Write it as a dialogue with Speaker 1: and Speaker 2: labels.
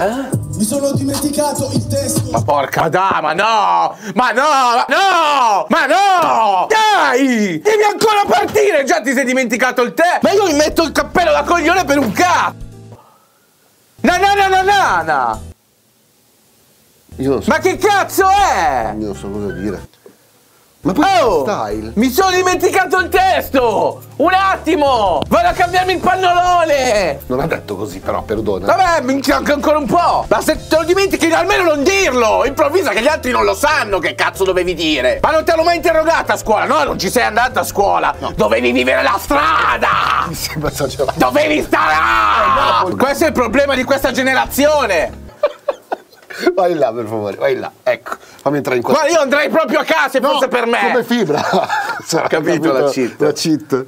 Speaker 1: Eh?
Speaker 2: Mi sono dimenticato il testo.
Speaker 1: Ma porca da, ma no! Ma no! Ma no! Ma no! Dai! Devi ancora partire! Già ti sei dimenticato il tè! Ma io mi metto il cappello da coglione per un cazzo! Na na na na na na!
Speaker 3: Io non so,
Speaker 1: Ma che cazzo è?
Speaker 3: io non so cosa dire. Ma poi
Speaker 1: Oh!
Speaker 3: style.
Speaker 1: Mi sono dimenticato il testo! Un attimo! Vado a cambiarmi il pannolone!
Speaker 3: Non ha detto così, però, perdona.
Speaker 1: Vabbè, minchia anche ancora un po'! Ma se te lo dimentichi, almeno non dirlo! Improvvisa che gli altri non lo sanno che cazzo dovevi dire! Ma non te l'ho mai interrogata a scuola! No, non ci sei andata a scuola! Dovevi vivere la strada!
Speaker 3: Mi sembra esagerato.
Speaker 1: Dovevi stare là!
Speaker 3: Eh, no.
Speaker 1: Questo è il problema di questa generazione!
Speaker 3: Vai là, per favore, vai là. Ecco, fammi entrare in qua.
Speaker 1: Guarda, io andrei proprio a casa se fosse per me!
Speaker 3: Come fibra.
Speaker 1: Capito la cheat.
Speaker 3: La cheat.